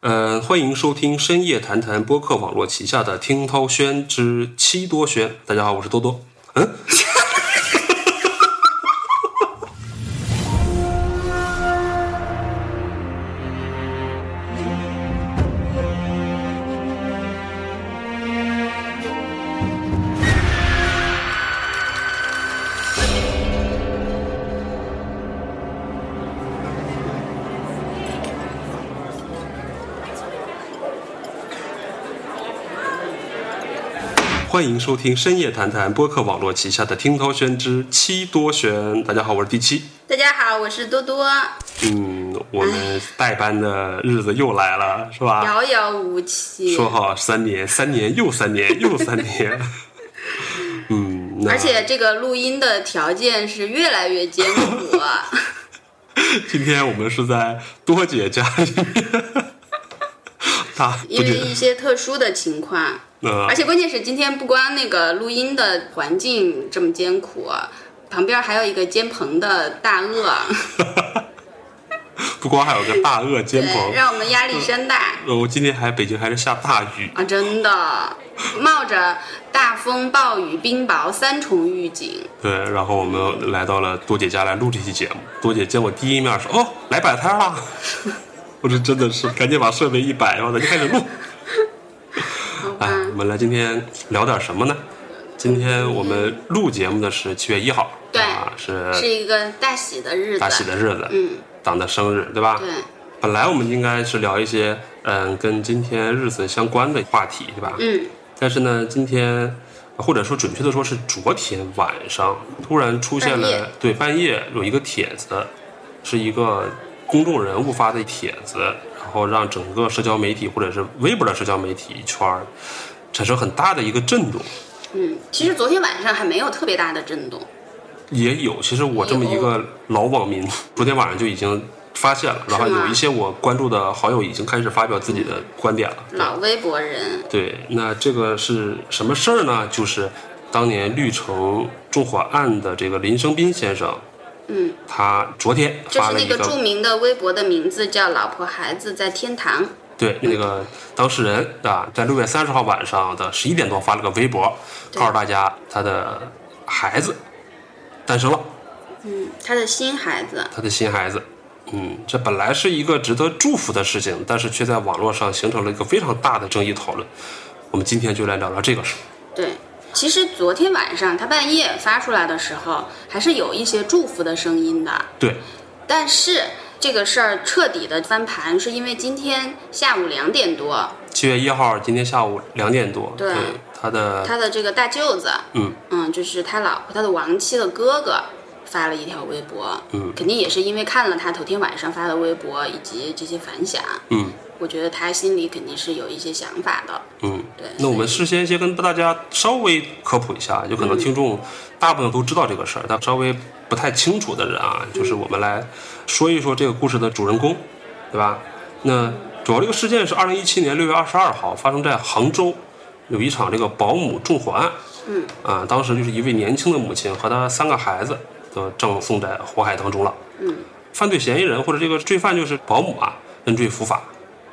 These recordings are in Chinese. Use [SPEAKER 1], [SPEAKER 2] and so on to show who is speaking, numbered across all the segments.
[SPEAKER 1] 呃欢迎收听《深夜谈谈》播客网络旗下的《听涛轩之七多轩》。大家好，我是多多。嗯。欢迎收听《深夜谈谈》播客网络旗下的《听涛轩之七多轩》。大家好，我是第七。
[SPEAKER 2] 大家好，我是多多。
[SPEAKER 1] 嗯，我
[SPEAKER 2] 哎
[SPEAKER 1] 们代班的日子又来了，是吧？
[SPEAKER 2] 遥遥无期，
[SPEAKER 1] 说好三年，三年又三年，又三年。 嗯，那
[SPEAKER 2] 而且这个录音的条件是越来越艰苦。啊
[SPEAKER 1] 今天我们是在多姐家里面， 她不
[SPEAKER 2] 因为
[SPEAKER 1] 仅
[SPEAKER 2] 一些特殊的情况，
[SPEAKER 1] 呃
[SPEAKER 2] 而且关键是今天不光那个录音的环境这么艰苦，啊旁边还有一个煎棚的大鳄，
[SPEAKER 1] 不光还有个大鳄
[SPEAKER 2] 对
[SPEAKER 1] 肩，膀，
[SPEAKER 2] 让我们压力山大。
[SPEAKER 1] 呃我今天还北京还是下大雨，
[SPEAKER 2] 啊，真的，冒着大风、暴雨、冰雹三重预警，
[SPEAKER 1] 对，然后我们来到了多姐家来录这期节目。多姐见我第一面说：“哦，来摆摊啦！”我这真的是赶紧把设备一摆，然后咱就开始录。
[SPEAKER 2] 好吧
[SPEAKER 1] 哎，我们来今天聊点什么呢？今天我们录节目的是七月一号，
[SPEAKER 2] 对
[SPEAKER 1] 啊，是
[SPEAKER 2] 是一个大喜的日子。
[SPEAKER 1] 大喜的日子，
[SPEAKER 2] 嗯，
[SPEAKER 1] 党的生日，对吧？
[SPEAKER 2] 对。
[SPEAKER 1] 本来我们应该是聊一些嗯跟今天日子相关的话题，对吧？
[SPEAKER 2] 嗯，
[SPEAKER 1] 但是呢，今天或者说准确的说是昨天晚上，突然出现了
[SPEAKER 2] 半夜
[SPEAKER 1] 对半夜有一个帖子，是一个公众人物发的帖子，然后让整个社交媒体或者是微博的社交媒体圈儿产生很大的一个震动。
[SPEAKER 2] 嗯，其实昨天晚上还没有特别大的震动，
[SPEAKER 1] 也有，其实我这么一个老网民，昨天晚上就已经发现了，然后
[SPEAKER 2] 是吗
[SPEAKER 1] 有一些我关注的好友已经开始发表自己的观点了。
[SPEAKER 2] 老微博人，
[SPEAKER 1] 对，那这个是什么事儿呢？就是当年绿城纵火案的这个林生斌先生，
[SPEAKER 2] 嗯，
[SPEAKER 1] 他昨天
[SPEAKER 2] 就
[SPEAKER 1] 发
[SPEAKER 2] 是
[SPEAKER 1] 了
[SPEAKER 2] 那
[SPEAKER 1] 一
[SPEAKER 2] 个著名的微博的名字叫“老婆孩子在天堂
[SPEAKER 1] 对那个当事人啊，在六月三十号晚上的十一点多发了个微博，
[SPEAKER 2] 对
[SPEAKER 1] 告诉大家他的孩子诞生了，”，
[SPEAKER 2] 他的新孩子，
[SPEAKER 1] 他的新孩子。嗯，这本来是一个值得祝福的事情，但是却在网络上形成了一个非常大的争议讨论。我们今天就来聊聊这个事儿。
[SPEAKER 2] 对。其实昨天晚上他半夜发出来的时候，还是有一些祝福的声音的，
[SPEAKER 1] 对，
[SPEAKER 2] 但是这个事儿彻底的翻盘，是因为今天下午两点多，
[SPEAKER 1] 七月一号，今天下午两点多，
[SPEAKER 2] 对
[SPEAKER 1] 他的
[SPEAKER 2] 他的这个大舅子，
[SPEAKER 1] 嗯
[SPEAKER 2] 就是他老婆，他的亡妻的哥哥发了一条微博，
[SPEAKER 1] 嗯
[SPEAKER 2] 肯定也是因为看了他头天晚上发的微博以及这些反响，
[SPEAKER 1] 嗯
[SPEAKER 2] 我觉得他心里肯定是有一些想法的，
[SPEAKER 1] 嗯，
[SPEAKER 2] 对。
[SPEAKER 1] 那我们事先先跟大家稍微科普一下，有可
[SPEAKER 2] 嗯
[SPEAKER 1] 能听众大部分都知道这个事儿，但稍微不太清楚的人啊，就是我们来说一说这个故事的主人公，对吧？那主要这个事件是二零一七年六月二十二号发生在杭州，有一场这个保姆纵火案。
[SPEAKER 2] 嗯，
[SPEAKER 1] 啊，当时就是一位年轻的母亲和她三个孩子都葬送在火海当中了。
[SPEAKER 2] 嗯，
[SPEAKER 1] 犯罪嫌疑人或者这个罪犯就是保姆啊，认罪伏法，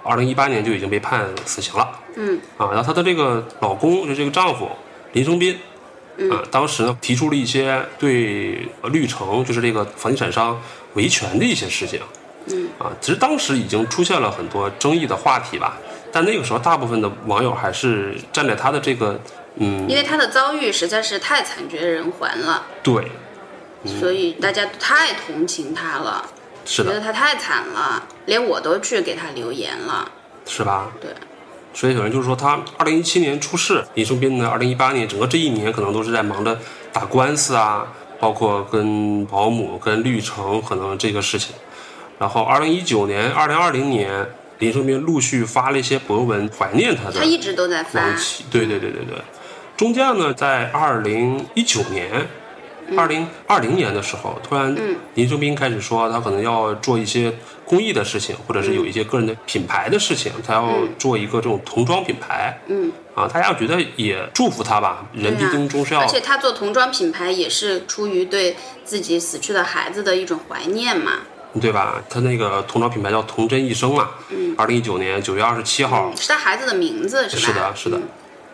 [SPEAKER 1] 二零一八年就已经被判死刑了。
[SPEAKER 2] 嗯
[SPEAKER 1] 啊，然后她的这个老公就这个丈夫林生斌，啊，当时呢提出了一些对呃绿城就是这个房地产商维权的一些事情，
[SPEAKER 2] 嗯，
[SPEAKER 1] 啊，其实当时已经出现了很多争议的话题吧，但那个时候大部分的网友还是站在他的这个嗯
[SPEAKER 2] 因为他的遭遇实在是太惨绝人寰了，
[SPEAKER 1] 对，
[SPEAKER 2] 所以大家都太同情他了，
[SPEAKER 1] 嗯是
[SPEAKER 2] 觉
[SPEAKER 1] 的，
[SPEAKER 2] 得他太惨了，连我都去给他留言了，
[SPEAKER 1] 是吧？
[SPEAKER 2] 对，
[SPEAKER 1] 所以有人就是说，他二零一七年出事，林生斌呢，二零一八年整个这一年可能都是在忙着打官司啊，包括跟保姆、跟绿城可能这个事情。然后二零一九年、二零二零年，林生斌陆续发了一些博文，怀念他的
[SPEAKER 2] 他一直都在
[SPEAKER 1] 亡
[SPEAKER 2] 发，
[SPEAKER 1] 妻。对对对对对。中间呢，在二零一九年、
[SPEAKER 2] 嗯
[SPEAKER 1] 二零二零年的时候，突然林正斌开始说，他可能要做一些公益的事情，或者是有一些个人的品牌的事情，他要做一个这种童装品牌。
[SPEAKER 2] 嗯，
[SPEAKER 1] 啊，大家觉得也祝福他吧，人必
[SPEAKER 2] 对啊
[SPEAKER 1] 定终是要
[SPEAKER 2] 而且他做童装品牌也是出于对自己死去的孩子的一种怀念嘛，
[SPEAKER 1] 对吧？他那个童装品牌叫童真一生嘛，
[SPEAKER 2] 嗯
[SPEAKER 1] 二零一九年九月二十七号，
[SPEAKER 2] 是他孩子的名字是吧？嗯
[SPEAKER 1] 是的，是的。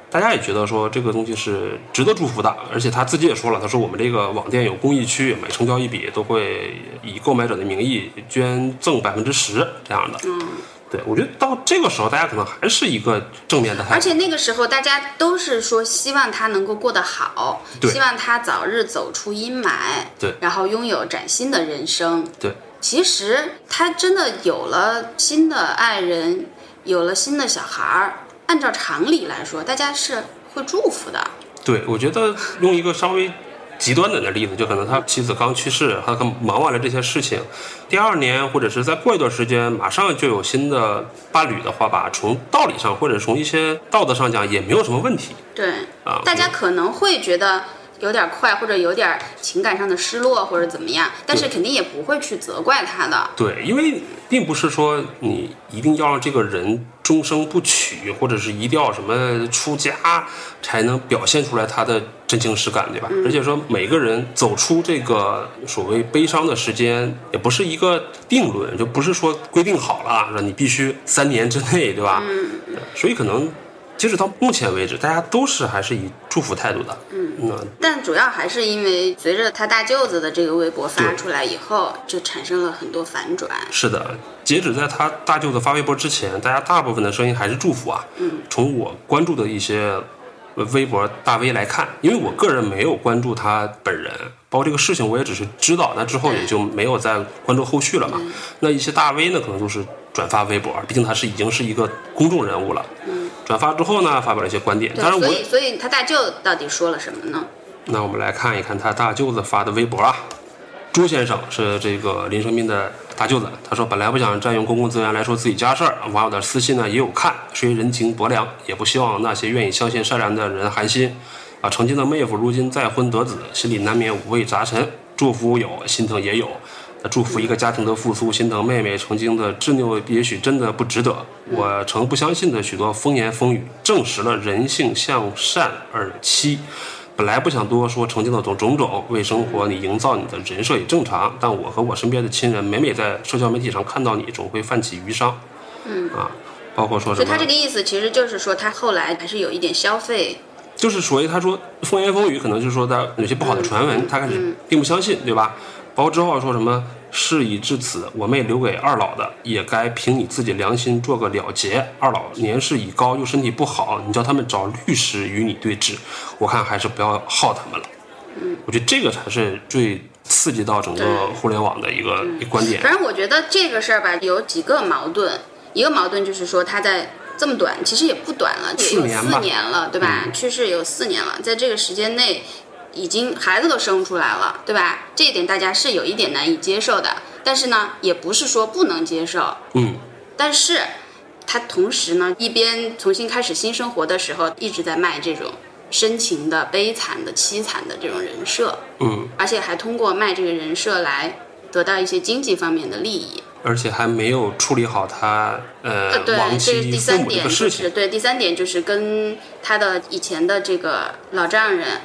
[SPEAKER 1] 大家也觉得说这个东西是值得祝福的，而且他自己也说了，他说我们这个网店有公益区，每成交一笔都会以购买者的名义捐赠百分之十这样的。
[SPEAKER 2] 嗯，
[SPEAKER 1] 对，我觉得到这个时候，大家可能还是一个正面的态
[SPEAKER 2] 而
[SPEAKER 1] 度。
[SPEAKER 2] 且那个时候大家都是说希望他能够过得好，
[SPEAKER 1] 对
[SPEAKER 2] 希望他早日走出阴霾，
[SPEAKER 1] 对，
[SPEAKER 2] 然后拥有崭新的人生。
[SPEAKER 1] 对，
[SPEAKER 2] 其实他真的有了新的爱人，有了新的小孩儿，按照常理来说，大家是会祝福的。
[SPEAKER 1] 对，我觉得用一个稍微极端点的例子，就可能他妻子刚去世，他可能忙完了这些事情，第二年或者是再过一段时间，马上就有新的伴侣的话吧，从道理上或者从一些道德上讲也没有什么问题
[SPEAKER 2] 对，
[SPEAKER 1] 啊。
[SPEAKER 2] 大家可能会觉得有点快，或者有点情感上的失落，或者怎么样，但是肯定也不会去责怪他的。
[SPEAKER 1] 对，因为并不是说你一定要让这个人终生不娶，或者是一定要什么出家才能表现出来他的真情实感，对吧？而且说每个人走出这个所谓悲伤的时间，也不是一个定论，就不是说规定好了说你必须三年之内，对吧？嗯，所以可能。截止到目前为止，大家都是还是以祝福态度的。嗯，那
[SPEAKER 2] 但主要还是因为随着他大舅子的这个微博发
[SPEAKER 1] 对
[SPEAKER 2] 出来以后，就产生了很多反转。
[SPEAKER 1] 是的，截止在他大舅子发微博之前，大家大部分的声音还是祝福啊。嗯，从我关注的一些呃微博大 V 来看，因为我个人没有关注他本人，包括这个事情我也只是知道，那之后也就没有再关注后续了嘛。
[SPEAKER 2] 嗯
[SPEAKER 1] 那一些大 V 呢，可能就是转发微博，毕竟他是已经是一个公众人物了。嗯，转发之后呢，发表了一些观点。
[SPEAKER 2] 对
[SPEAKER 1] 当，然我
[SPEAKER 2] 所以所以他大舅到底说了什么呢？
[SPEAKER 1] 那我们来看一看他大舅子发的微博啊。朱先生是这个林生斌的大舅子，他说本来不想占用公共资源来说自己家事儿，网友的私信呢也有看，虽人情薄凉，也不希望那些愿意相信善良的人寒心。啊，曾经的妹夫如今再婚得子，心里难免五味杂陈。祝福有，心疼也有。那祝福一个家庭的复苏，心疼妹妹曾经的执拗，也许真的不值得。我曾不相信的许多风言风语，证实了人性向善而欺。本来不想多说曾经的种种种，为生活你营造你的人设也正常。但我和我身边的亲人每每在社交媒体上看到你，总会泛起余伤。嗯啊，包括说什么？
[SPEAKER 2] 所以他这个意思其实就是说，他后来还是有一点消费，
[SPEAKER 1] 就是所谓他说风言风语，可能就是说他有些不好的传闻，他开
[SPEAKER 2] 嗯
[SPEAKER 1] 始并不相信，对吧？包括之后说什么事已至此，我妹留给二老的，也该凭你自己良心做个了结。二老年事已高，又身体不好，你叫他们找律师与你对质，我看还是不要耗他们了。
[SPEAKER 2] 嗯
[SPEAKER 1] 我觉得这个才是最刺激到整个互联网的一个
[SPEAKER 2] 嗯
[SPEAKER 1] 一个观点。
[SPEAKER 2] 反正我觉得这个事儿吧，有几个矛盾，一个矛盾就是说他在这么短，其实也不短了，也
[SPEAKER 1] 四
[SPEAKER 2] 有
[SPEAKER 1] 年
[SPEAKER 2] 四
[SPEAKER 1] 吧
[SPEAKER 2] 年嗯了，对吧？去世有四年了，在这个时间内，已经孩子都生出来了，对吧？这一点大家是有一点难以接受的，但是呢，也不是说不能接受，
[SPEAKER 1] 嗯，
[SPEAKER 2] 但是他同时呢，一边重新开始新生活的时候，一直在卖这种深情的、悲惨的、凄惨的这种人设，
[SPEAKER 1] 嗯，
[SPEAKER 2] 而且还通过卖这个人设来得到一些经济方面的利益。
[SPEAKER 1] 而且还没有处理好他呃
[SPEAKER 2] 呃，对，
[SPEAKER 1] 亡
[SPEAKER 2] 这是
[SPEAKER 1] 妻
[SPEAKER 2] 第
[SPEAKER 1] 父
[SPEAKER 2] 三
[SPEAKER 1] 母这
[SPEAKER 2] 点，
[SPEAKER 1] 个事
[SPEAKER 2] 就
[SPEAKER 1] 情
[SPEAKER 2] 是。对第三点就是跟他的以前的这个老丈人，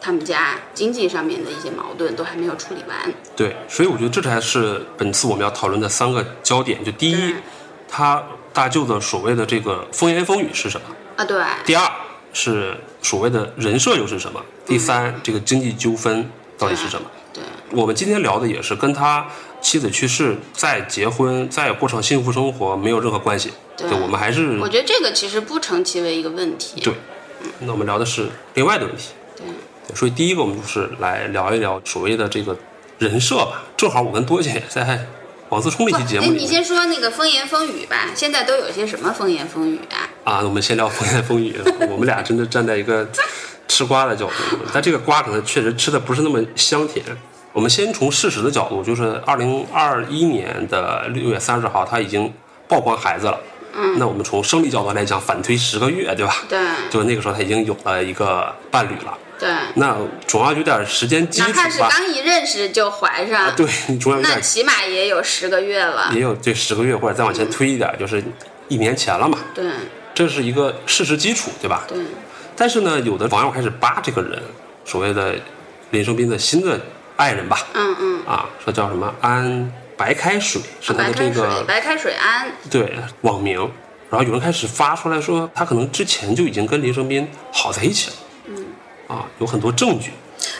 [SPEAKER 2] 他们家经济上面的一些矛盾都还没有处理完。
[SPEAKER 1] 对，所以我觉得这才是本次我们要讨论的三个焦点。就第一
[SPEAKER 2] 对，
[SPEAKER 1] 他大舅的所谓的这个风言风语是什么？
[SPEAKER 2] 啊，对，
[SPEAKER 1] 第二是所谓的人设又是什么？第三，这个经济纠纷到底是什么？
[SPEAKER 2] 嗯对，
[SPEAKER 1] 我们今天聊的也是跟他妻子去世、再结婚、再过上幸福生活没有任何关系。
[SPEAKER 2] 对
[SPEAKER 1] 我们还是
[SPEAKER 2] 我觉得这个其实不成其为一个问题。
[SPEAKER 1] 对。那我们聊的是另外的问题。
[SPEAKER 2] 对
[SPEAKER 1] 对所以第一个我们就是来聊一聊所谓的这个人设吧。正好我跟多姐也在王思聪那
[SPEAKER 2] 不
[SPEAKER 1] 期节
[SPEAKER 2] 哎
[SPEAKER 1] 目里
[SPEAKER 2] 你
[SPEAKER 1] 面。
[SPEAKER 2] 先说那个风言风语吧，现在都有些什么风言风语啊？
[SPEAKER 1] 啊，我们先聊风言风语。我们俩真的站在一个吃瓜的角度，但这个瓜可能确实吃的不是那么香甜。我们先从事实的角度，就是二零二一年的六月三十号，他已经曝光孩子了。嗯，那我们从生理角度来讲，反推十个月，对吧？
[SPEAKER 2] 对
[SPEAKER 1] 就那个时候他已经有了一个伴侣了，
[SPEAKER 2] 对，
[SPEAKER 1] 那总要有点时间基
[SPEAKER 2] 哪怕
[SPEAKER 1] 础
[SPEAKER 2] 是
[SPEAKER 1] 吧？
[SPEAKER 2] 刚一认识就怀上，
[SPEAKER 1] 对，你总要有
[SPEAKER 2] 那
[SPEAKER 1] 点
[SPEAKER 2] 起码也有十个月了
[SPEAKER 1] 也。有这十个月或者再往前推一点，就是一年前了嘛，
[SPEAKER 2] 对
[SPEAKER 1] 这是一个事实基础，对吧？
[SPEAKER 2] 对，
[SPEAKER 1] 但是呢，有的网友开始扒这个人，所谓的林生斌的新的爱人吧，
[SPEAKER 2] 嗯嗯，
[SPEAKER 1] 啊，说叫什么安白开水是他
[SPEAKER 2] 白
[SPEAKER 1] 的这
[SPEAKER 2] 开水
[SPEAKER 1] 个，
[SPEAKER 2] 白开水庵，
[SPEAKER 1] 对网名，然后有人开始发出来说他可能之前就已经跟林生斌好在一起了，嗯，啊，有很多证据，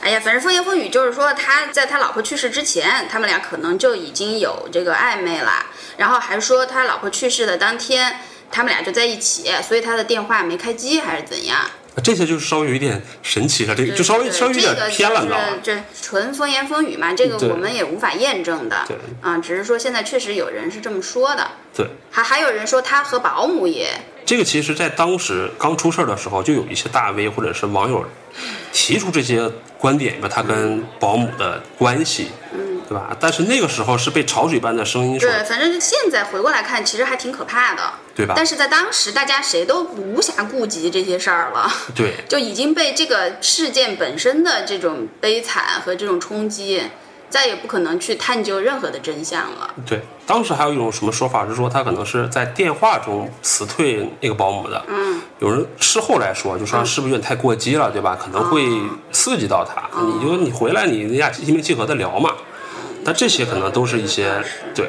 [SPEAKER 2] 哎呀，反正风言风语就是说，他在他老婆去世之前，他们俩可能就已经有这个暧昧了，然后还说他老婆去世的当天，他们俩就在一起，所以他的电话没开机还是怎样？
[SPEAKER 1] 这些就是稍微有一点神奇了，这个就稍微
[SPEAKER 2] 对
[SPEAKER 1] 稍微有点偏了，你知道吧？
[SPEAKER 2] 这个就是这纯风言风语嘛，这个
[SPEAKER 1] 对
[SPEAKER 2] 我们也无法验证的。
[SPEAKER 1] 对
[SPEAKER 2] 啊，只是说现在确实有人是这么说的，
[SPEAKER 1] 对，
[SPEAKER 2] 还还有人说他和保姆也
[SPEAKER 1] 这个其实在当时刚出事儿的时候，就有一些大 V 或者是网友提出这些观点吧，他跟保姆的关系，对吧？但是那个时候是被潮水般的声音所
[SPEAKER 2] 对，反正现在回过来看，其实还挺可怕的。
[SPEAKER 1] 对吧
[SPEAKER 2] 但是在当时，大家谁都无暇顾及这些事儿了。
[SPEAKER 1] 对
[SPEAKER 2] 就已经被这个事件本身的这种悲惨和这种冲击，再也不可能去探究任何的真相了。
[SPEAKER 1] 对，当时还有一种什么说法是说他可能是在电话中辞退那个保姆的，嗯，有人事后来说就说
[SPEAKER 2] 嗯
[SPEAKER 1] 是不是有点太过激了，对吧？可能会
[SPEAKER 2] 哦
[SPEAKER 1] 刺激到他，你就你回来你你俩心平气和的聊嘛。
[SPEAKER 2] 嗯
[SPEAKER 1] 但这些可能都是一些对，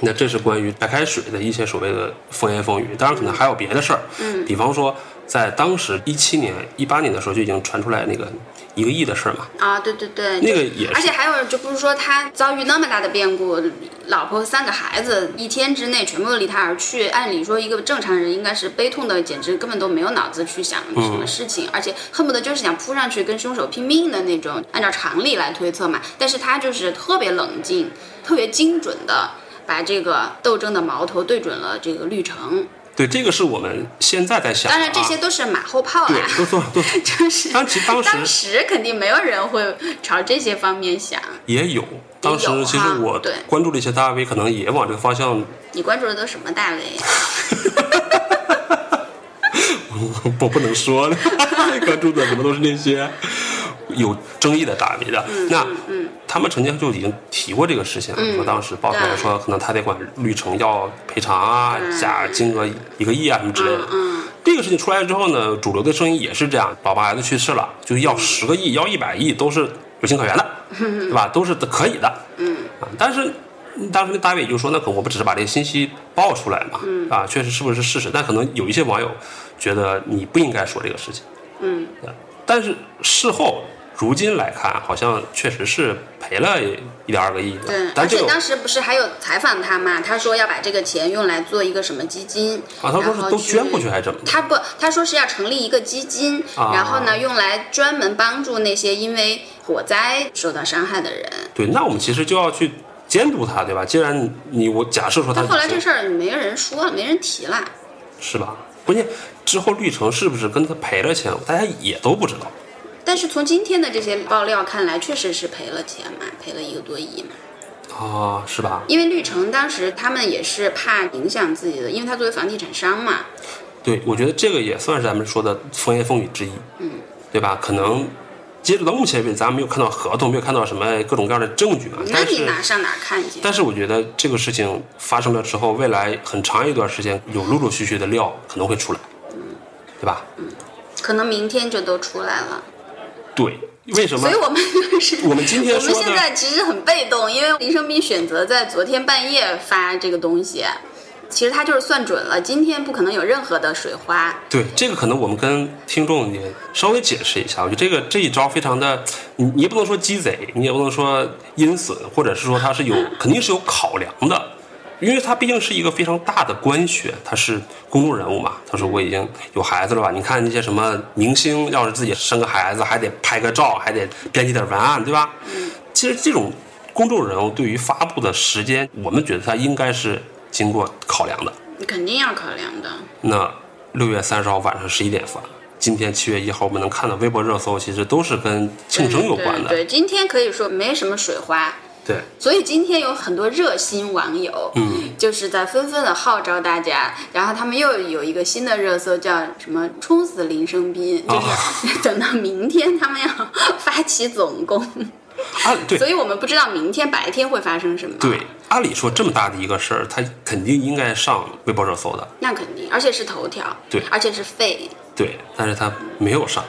[SPEAKER 1] 那这是关于白开水的一些所谓的风言风语，当然可能还有别的事儿，嗯，比方说在当时一七年、一八年的时候就已经传出来那个一个亿的事儿嘛，
[SPEAKER 2] 啊，对对对，
[SPEAKER 1] 那个
[SPEAKER 2] 就
[SPEAKER 1] 也是
[SPEAKER 2] 而且还有就不是说他遭遇那么大的变故，老婆三个孩子一天之内全部都离他而去，按理说一个正常人应该是悲痛的，简直根本都没有脑子去想什
[SPEAKER 1] 嗯
[SPEAKER 2] 么事情，而且恨不得就是想扑上去跟凶手拼命的那种，按照常理来推测嘛，但是他就是特别冷静，特别精准的。把这个斗争的矛头对准了这个绿城，
[SPEAKER 1] 对，这个是我们现在在想、啊，
[SPEAKER 2] 当然这些都是马后炮啦
[SPEAKER 1] 对，，都都都
[SPEAKER 2] 就是
[SPEAKER 1] 当其当时
[SPEAKER 2] 当时肯定没有人会朝这些方面想。
[SPEAKER 1] 也有。当时其实我
[SPEAKER 2] 对
[SPEAKER 1] 关注了一些大 V，可能也往这个方向，
[SPEAKER 2] 你关注的都什么大啊 V 呀？
[SPEAKER 1] 我不能说了，关注的可能都是那些有争议的大 V 的。那、他们曾经就已经提过这个事情，说当时爆出来
[SPEAKER 2] 对
[SPEAKER 1] 说，可能他得管绿城要赔偿啊，加金额一个亿啊什么之类的。这个事情出来之后呢，主流的声音也是这样，老爸孩子去世了，就要十个亿，要一百亿，都是有情可原的，对吧？都是可以的。嗯啊，但是嗯当时那大卫也就说，那可我们只是把这个信息爆出来嘛，
[SPEAKER 2] 嗯
[SPEAKER 1] 啊，确实是不是事实？但可能有一些网友觉得你不应该说这个事情。嗯，但是事后。如今来看，好像确实是赔了一点二个亿的
[SPEAKER 2] 对，，
[SPEAKER 1] 但
[SPEAKER 2] 而
[SPEAKER 1] 这
[SPEAKER 2] 且
[SPEAKER 1] 个
[SPEAKER 2] 当时不是还有采访他嘛？他说要把这个钱用来做一个什么基金，
[SPEAKER 1] 啊，他说
[SPEAKER 2] 然后
[SPEAKER 1] 是都
[SPEAKER 2] 去
[SPEAKER 1] 捐过去还是怎么的？
[SPEAKER 2] 他不，他说是要成立一个基金，
[SPEAKER 1] 啊
[SPEAKER 2] 然后呢，用来专门帮助那些因为火灾受到伤害的人。
[SPEAKER 1] 对，那我们其实就要去监督他，对吧？既然你我假设说他
[SPEAKER 2] 但后来
[SPEAKER 1] 已经
[SPEAKER 2] 这事儿没人说了，没人提了。
[SPEAKER 1] 是吧？关键之后绿城是不是跟他赔了钱，大家也都不知道。
[SPEAKER 2] 但是从今天的这些爆料看来，确实是赔了钱嘛，赔了一个多亿嘛。
[SPEAKER 1] 啊，是吧？
[SPEAKER 2] 因为绿城当时他们也是怕影响自己的，因为他作为房地产商嘛，
[SPEAKER 1] 啊对，我觉得这个也算是咱们说的风言风语之一，嗯，对吧？可能截止到目前为止，咱们没有看到合同，没有看到什么各种各样的证据啊。
[SPEAKER 2] 那
[SPEAKER 1] 但
[SPEAKER 2] 你
[SPEAKER 1] 是，
[SPEAKER 2] 哪上哪看去？
[SPEAKER 1] 但是我觉得这个事情发生了之后，未来很长一段时间有陆陆续续的料可能会出来，
[SPEAKER 2] 嗯
[SPEAKER 1] 对吧？
[SPEAKER 2] 可能明天就都出来了。
[SPEAKER 1] 对，为什么
[SPEAKER 2] 所以？我们就是
[SPEAKER 1] 我们今天
[SPEAKER 2] 我
[SPEAKER 1] 说的
[SPEAKER 2] 们现在其实很被动，因为林生斌选择在昨天半夜发这个东西，其实他就是算准了，今天不可能有任何的水花。
[SPEAKER 1] 对，这个可能我们跟听众也稍微解释一下，我觉得这个这一招非常的，你你也不能说鸡贼，你也不能说阴损，或者是说它是有肯定是有考量的，因为他毕竟是一个非常大的官学，他是公众人物嘛。他说我已经有孩子了吧？你看那些什么明星，要是自己生个孩子，还得拍个照，还得编辑点文案，对吧？其实这种公众人物对于发布的时间，我们觉得他应该是经过考量的。
[SPEAKER 2] 你肯定要考量的，
[SPEAKER 1] 那六月三十号晚上十一点发，今天七月一号我们能看到微博热搜，其实都是跟庆生有关的。
[SPEAKER 2] 对对，对今天可以说没什么水花，
[SPEAKER 1] 对
[SPEAKER 2] 所以今天有很多热心网友，嗯，就是在纷纷的号召大家，然后他们又有一个新的热搜叫什么“冲死林生斌”，就是、
[SPEAKER 1] 啊
[SPEAKER 2] 等到明天他们要发起总攻，
[SPEAKER 1] 按
[SPEAKER 2] 所
[SPEAKER 1] 对
[SPEAKER 2] 以我们不知道明天白天会发生什么。
[SPEAKER 1] 对，按理说这么大的一个事儿，他肯定应该上微博热搜的，
[SPEAKER 2] 那肯定，而且是头条，
[SPEAKER 1] 对
[SPEAKER 2] 而且是废，
[SPEAKER 1] 对，但是他没有上。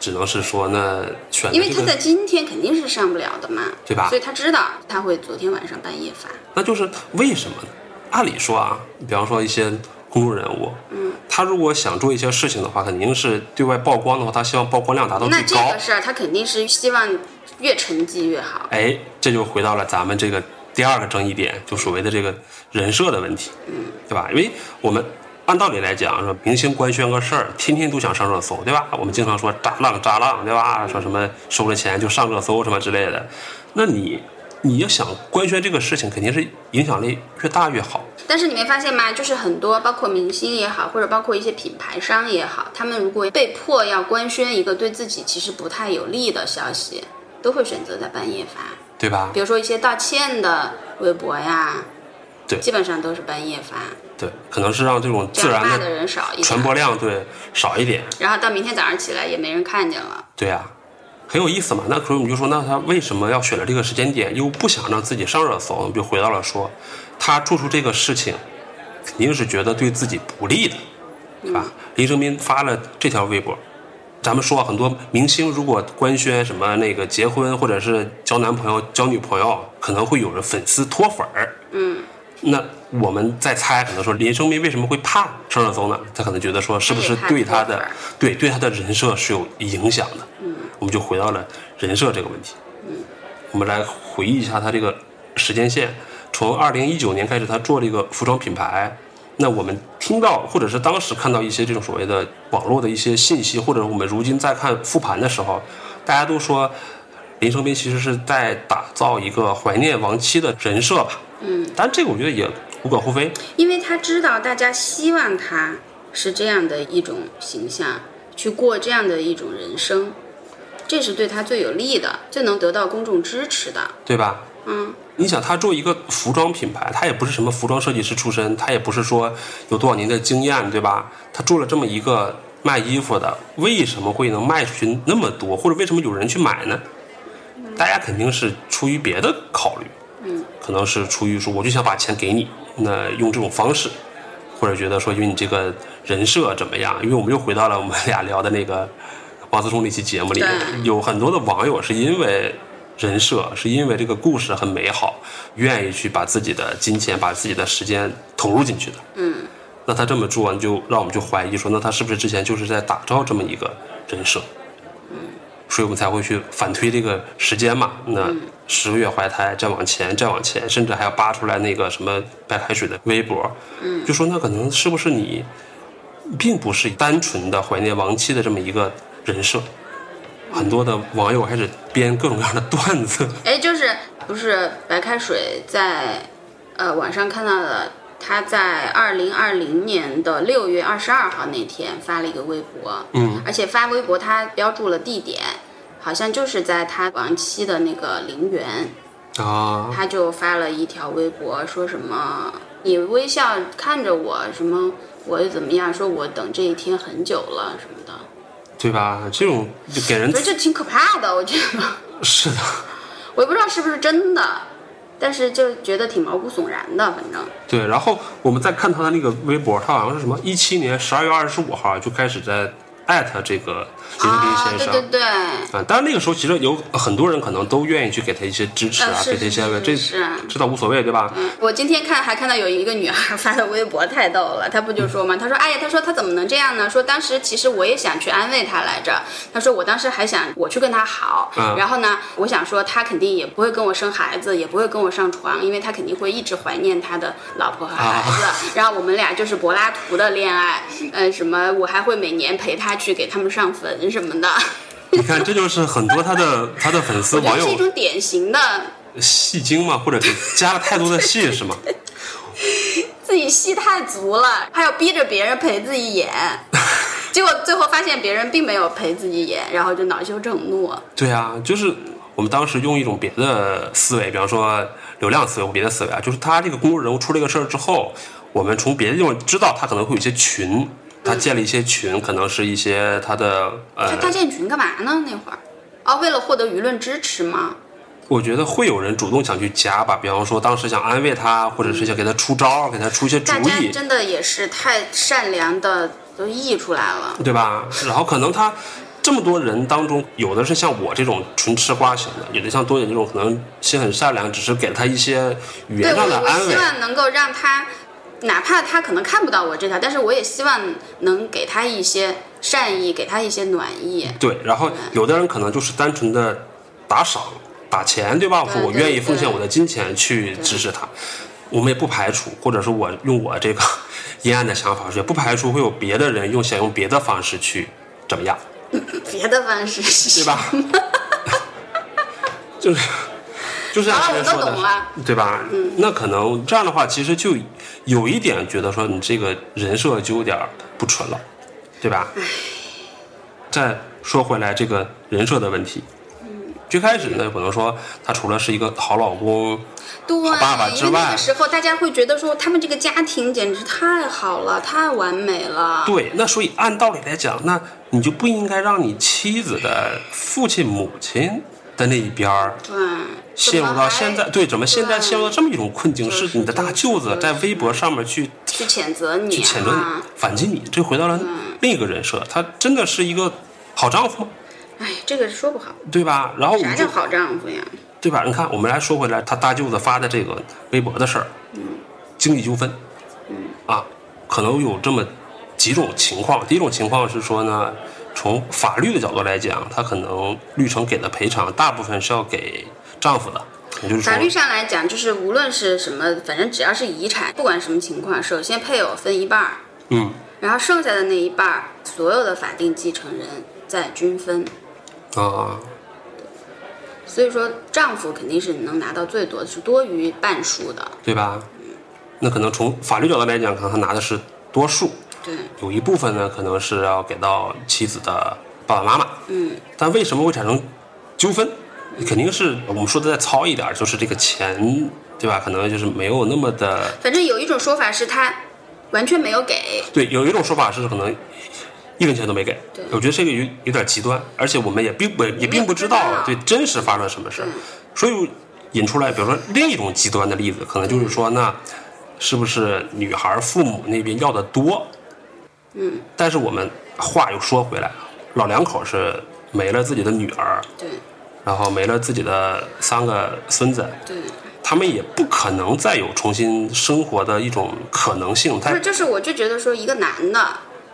[SPEAKER 1] 只能是说那选、这
[SPEAKER 2] 因
[SPEAKER 1] 个，
[SPEAKER 2] 为他在今天肯定是上不了的嘛，
[SPEAKER 1] 对吧
[SPEAKER 2] 所以他知道他会昨天晚上半夜发，
[SPEAKER 1] 那就是为什么呢？按理说啊，你比方说一些公众人物，嗯，他如果想做一些事情的话，肯定是对外曝光的话，他希望曝光量达到
[SPEAKER 2] 那
[SPEAKER 1] 最
[SPEAKER 2] 这
[SPEAKER 1] 高
[SPEAKER 2] 个。事儿他肯定是希望越沉寂越好。
[SPEAKER 1] 哎，这就回到了咱们这个第二个争议点，就所谓的这个人设的问题，对吧？因为我们按道理来讲，说明星官宣个事儿，天天都想上热搜，对吧？我们经常说渣浪渣浪，对吧？说什么收了钱就上热搜什么之类的，那你你要想官宣这个事情，肯定是影响力越大越好。
[SPEAKER 2] 但是你没发现吗？就是很多包括明星也好，或者包括一些品牌商也好，他们如果被迫要官宣一个对自己其实不太有利的消息，都会选择在半夜发。
[SPEAKER 1] 对吧
[SPEAKER 2] 比？如说一些道歉的微博呀，
[SPEAKER 1] 对
[SPEAKER 2] 基本上都是半夜发，
[SPEAKER 1] 对，可能是让这种
[SPEAKER 2] 这
[SPEAKER 1] 自
[SPEAKER 2] 样
[SPEAKER 1] 然
[SPEAKER 2] 骂
[SPEAKER 1] 的
[SPEAKER 2] 的人少一
[SPEAKER 1] 传
[SPEAKER 2] 点。
[SPEAKER 1] 播量对少一点，
[SPEAKER 2] 然后到明天早上起来也没人看见了。
[SPEAKER 1] 对呀、很有意思嘛。那可是我们就说，那他为什么要选择这个时间点，又不想让自己上热搜？我们就回到了说，他做出这个事情，肯定是觉得对自己不利的，对
[SPEAKER 2] 嗯
[SPEAKER 1] 吧？林正斌发了这条微博。咱们说啊很多明星如果官宣什么那个结婚或者是交男朋友、交女朋友，可能会有人粉丝脱粉儿。嗯，那我们再猜，可能说林正斌为什么会怕上热搜呢？他可能觉得说是不是对他
[SPEAKER 2] 他也怕脱
[SPEAKER 1] 的
[SPEAKER 2] 粉儿
[SPEAKER 1] 对对他的人设是有影响的。嗯，我们就回到了人设这个问题。我们来回忆一下他这个时间线，从二零一九年开始，他做这个服装品牌。那我们听到或者是当时看到一些这种所谓的网络的一些信息，或者我们如今在看复盘的时候，大家都说哎林生斌其实是在打造一个怀念亡妻的人设吧。嗯，但这个我觉得也无可厚非。
[SPEAKER 2] 因为他知道大家希望他是这样的一种形象，去过这样的一种人生，这是对他最有利的，最能得到公众支持的。
[SPEAKER 1] 对吧？嗯，你想他做一个服装品牌，他也不是什么服装设计师出身，他也不是说有多少年的经验，对吧？他做了这么一个卖衣服的，为什么会能卖出去那么多，或者为什么有人去买呢？大家肯定是出于别的考虑，嗯，可能是出于说我就想把钱给你，那用这种方式，或者觉得说因为你这个人设怎么样？因为我们又回到了我们俩聊的那个 王思聪那期节目里
[SPEAKER 2] 对，
[SPEAKER 1] 有很多的网友是因为人设，是因为这个故事很美好，愿意去把自己的金钱、把自己的时间投入进去的。嗯，那他这么做，你就让我们就怀疑说，那他是不是之前就是在打造这么一个人设？所以我们才会去反推这个时间嘛。那十个月怀胎，再往前，再往前，甚至还要扒出来那个什么白开水的微博，嗯，就说那可能是不是你，并不是单纯的怀念亡妻的这么一个人设。很多的网友开始编各种各样的段子，
[SPEAKER 2] 哎，就是不是白开水在呃网上看到的，他在二零二零年的六月二十二号那天发了一个微博，嗯，而且发微博他标注了地点，好像就是在他亡妻的那个陵园，
[SPEAKER 1] 啊，
[SPEAKER 2] 他就发了一条微博，说什么你微笑看着我，什么我又怎么样，说我等这一天很久了什么的，
[SPEAKER 1] 对吧？这种就给人
[SPEAKER 2] 我觉得这挺可怕的，我觉得。
[SPEAKER 1] 是的，
[SPEAKER 2] 我也不知道是不是真的，但是就觉得挺毛骨悚然的，反正
[SPEAKER 1] 对。然后我们再看他的那个微博，他好像是什么一七年十二月二十五号就开始在艾特这个林正斌
[SPEAKER 2] 啊，
[SPEAKER 1] 先
[SPEAKER 2] 对
[SPEAKER 1] 生，
[SPEAKER 2] 对对，
[SPEAKER 1] 啊，当然那个时候其实有很多人可能都愿意去给他一些支持啊，
[SPEAKER 2] 呃是
[SPEAKER 1] 给他一些
[SPEAKER 2] 是
[SPEAKER 1] 这
[SPEAKER 2] 是是啊
[SPEAKER 1] 这倒无所谓，对 吧？
[SPEAKER 2] 我今天看还看到有一个女孩发的微博，太逗了。她不就说嘛，她说：“哎呀，她说她怎么能这样呢？说当时其实我也想去安慰她来着。她说我当时还想我去跟她好，
[SPEAKER 1] 嗯
[SPEAKER 2] 然后呢，我想说她肯定也不会跟我生孩子，也不会跟我上床，因为她肯定会一直怀念她的老婆和孩子。 然后我们俩就是柏拉图的恋爱，呃，什么我还会每年陪她去给他们上坟什么的。
[SPEAKER 1] 你看，这就是很多他的他的粉丝
[SPEAKER 2] 我觉
[SPEAKER 1] 网
[SPEAKER 2] 得是一
[SPEAKER 1] 友
[SPEAKER 2] 种典型的
[SPEAKER 1] 戏精嘛，或者给加了太多的戏 是吗？
[SPEAKER 2] 自己戏太足了，还要逼着别人陪自 己演，结果最后发现别人并没有陪自己演，然后就恼羞成怒。
[SPEAKER 1] 对啊，就是我们当时用一种别的思维，比方说流量思维或别的思维啊，就是他这个公众人物出这个事儿之后，我们从别的地方知道他可能会有一些群，他建立一些群，可能是一些他的呃
[SPEAKER 2] 他他建群干嘛呢？那会儿，哦，为了获得舆论支持吗？
[SPEAKER 1] 我觉得会有人主动想去加吧，比方说当时想安慰他，或者是想给他出招，给他出一些主
[SPEAKER 2] 大家
[SPEAKER 1] 意，
[SPEAKER 2] 真的也是太善良的都溢出来了。
[SPEAKER 1] 对吧？然后可能他这么多人当中，有的是像我这种纯吃瓜型的，有的像多姐这种可能心很善良，只是给了他一些语言
[SPEAKER 2] 对，我
[SPEAKER 1] 上的
[SPEAKER 2] 我
[SPEAKER 1] 安慰
[SPEAKER 2] 希。望能够让他，哪怕他可能看不到我这条，但是我也希望能给他一些善意，给他一些暖意。
[SPEAKER 1] 对，然后有的人可能就是单纯的打赏、打钱，对吧？
[SPEAKER 2] 对
[SPEAKER 1] 说我愿意奉献
[SPEAKER 2] 啊对
[SPEAKER 1] 我的金钱去支持他，我们也不排除，或者是我用我这个 阴暗的想法，也不排除会有别的人用想用别的方式去怎么样，
[SPEAKER 2] 别的方 式
[SPEAKER 1] 对
[SPEAKER 2] 是？
[SPEAKER 1] 吧？就是。就是像
[SPEAKER 2] 好
[SPEAKER 1] 前
[SPEAKER 2] 了
[SPEAKER 1] 面说
[SPEAKER 2] 啊哦我都
[SPEAKER 1] 的
[SPEAKER 2] 懂了，
[SPEAKER 1] 对吧？
[SPEAKER 2] 嗯
[SPEAKER 1] 那可能这样的话，其实就有一点觉得说你这个人设就有点儿不纯了，对吧？再说回来，这个人设的问题，
[SPEAKER 2] 嗯
[SPEAKER 1] 最开始呢，可能说他除了是一个好老公，
[SPEAKER 2] 对，
[SPEAKER 1] 好爸爸之
[SPEAKER 2] 因为那
[SPEAKER 1] 外
[SPEAKER 2] 个时候大家会觉得说他们这个家庭简直太好了，太完美了。
[SPEAKER 1] 对，那所以按道理来讲，那你就不应该让你妻子的父亲、母亲的那一边儿
[SPEAKER 2] 对，
[SPEAKER 1] 陷入
[SPEAKER 2] 怎么
[SPEAKER 1] 到
[SPEAKER 2] 还嗯
[SPEAKER 1] 现在，对，怎么现在陷入到这么一种困境？
[SPEAKER 2] 就是是嗯
[SPEAKER 1] 你的大舅子在微博上面去
[SPEAKER 2] 去谴责你、啊，嗯
[SPEAKER 1] 去谴责你、反击你，这回到了另一个人设，他真的是一个好丈夫吗？
[SPEAKER 2] 哎，这个说不好，
[SPEAKER 1] 对吧？然后我
[SPEAKER 2] 啥
[SPEAKER 1] 们
[SPEAKER 2] 叫
[SPEAKER 1] 就
[SPEAKER 2] 好丈夫呀？
[SPEAKER 1] 对吧？你看，我们来说回来，他大舅子发的这个微博的事儿，
[SPEAKER 2] 嗯
[SPEAKER 1] 经济纠纷，啊，可能有这么几种情况。第一种情况是说呢，从法律的角度来讲，他可能绿城给的赔偿大部分是要给丈夫的，也就是说
[SPEAKER 2] 法，律上来讲，就是无论是什么，反正只要是遗产，不管什么情况，首先配偶分一半儿，
[SPEAKER 1] 嗯，
[SPEAKER 2] 然后剩下的那一半儿，所有的法定继承人再均分。
[SPEAKER 1] 啊，
[SPEAKER 2] 所以说，丈夫肯定是能拿到最多的，是多于半数的。
[SPEAKER 1] 对吧？那可能从法律角度来讲，可能他拿的是多数，
[SPEAKER 2] 对，
[SPEAKER 1] 有一部分呢，可能是要给到妻子的爸爸妈妈。
[SPEAKER 2] 嗯，
[SPEAKER 1] 但为什么会产生纠纷？肯定是我们说的再糙一点儿，就是这个钱，对吧？可能就是没有那么的
[SPEAKER 2] 反正有一种说法是他完全没有给，
[SPEAKER 1] 对。有一种说法是可能一分钱都没给
[SPEAKER 2] 对，
[SPEAKER 1] 我觉得这个有有点极端，而且我们也并不也并不知
[SPEAKER 2] 我们
[SPEAKER 1] 道
[SPEAKER 2] 也不知嗯
[SPEAKER 1] 对真实发生了什么事儿，所以引出来，比如说另一种极端的例子，可能就是说，那是不是女孩儿父母那边要的多？嗯，但是我们话又说回来，老两口是没了自己的女儿，
[SPEAKER 2] 对
[SPEAKER 1] 然后没了自己的三个孙子，
[SPEAKER 2] 对，
[SPEAKER 1] 他们也不可能再有重新生活的一种可能性。
[SPEAKER 2] 不
[SPEAKER 1] 他
[SPEAKER 2] 是，就是我就觉得说，一个男的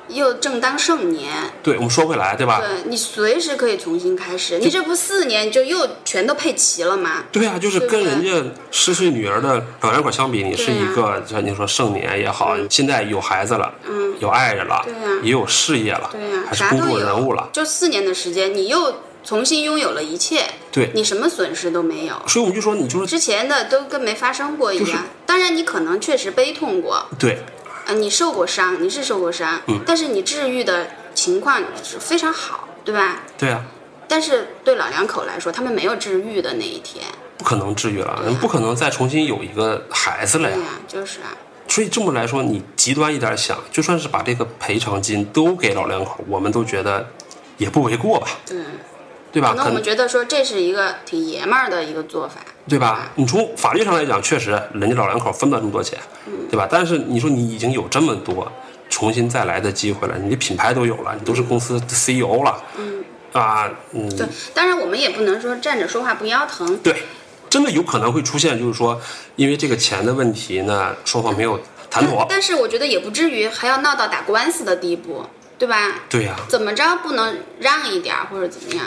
[SPEAKER 2] 又正当盛年，
[SPEAKER 1] 对我们说回来，对吧？
[SPEAKER 2] 对你随时可以重新开始，你这不四年就又全都配齐了吗？
[SPEAKER 1] 对啊，就是
[SPEAKER 2] 对
[SPEAKER 1] 跟
[SPEAKER 2] 不
[SPEAKER 1] 人
[SPEAKER 2] 对
[SPEAKER 1] 家十岁女儿的老两口相比，你是
[SPEAKER 2] 对啊嗯
[SPEAKER 1] 一个像你说盛年也好，现在有孩子了，有爱人了，
[SPEAKER 2] 对啊
[SPEAKER 1] 也有事业了，
[SPEAKER 2] 对呀、
[SPEAKER 1] 还是
[SPEAKER 2] 啥
[SPEAKER 1] 公
[SPEAKER 2] 都
[SPEAKER 1] 众
[SPEAKER 2] 有，
[SPEAKER 1] 人物了，
[SPEAKER 2] 就四年的时间，你又重新拥有了一切，
[SPEAKER 1] 对。
[SPEAKER 2] 你什么损失都没有，
[SPEAKER 1] 所以我们就说，你就是
[SPEAKER 2] 之前的都跟没发生过一样。
[SPEAKER 1] 就是
[SPEAKER 2] 当然，你可能确实悲痛过，
[SPEAKER 1] 对，
[SPEAKER 2] 呃，你受过伤，你是受过伤，
[SPEAKER 1] 嗯
[SPEAKER 2] 但是你治愈的情况是非常好，对吧？
[SPEAKER 1] 对啊，
[SPEAKER 2] 但是对老两口来说，他们没有治愈的那一天。
[SPEAKER 1] 不可能治愈了，
[SPEAKER 2] 啊
[SPEAKER 1] 人不可能再重新有一个孩子了呀
[SPEAKER 2] 对。呀、就是啊，
[SPEAKER 1] 所以这么来说，你极端一点想，就算是把这个赔偿金都给老两口，我们都觉得也不为过吧，
[SPEAKER 2] 对。
[SPEAKER 1] 对吧？可
[SPEAKER 2] 可能我们
[SPEAKER 1] 能
[SPEAKER 2] 觉得说这是一个挺爷们儿的一个做法，
[SPEAKER 1] 对吧？你从法律上来讲，确实人家老两口分不了这么多钱，对吧？但是你说你已经有这么多重新再来的机会了，你的品牌都有了，你都是公司的 CEO 了，啊，嗯，
[SPEAKER 2] 对。当然，我们也不能说站着说话不腰疼，
[SPEAKER 1] 对，真的有可能会出现，就是说因为这个钱的问题呢，双方没有谈妥，
[SPEAKER 2] 但是我觉得也不至于还要闹到打官司的地步，对吧？
[SPEAKER 1] 对呀、
[SPEAKER 2] 怎么着不能让一点儿或者怎么样？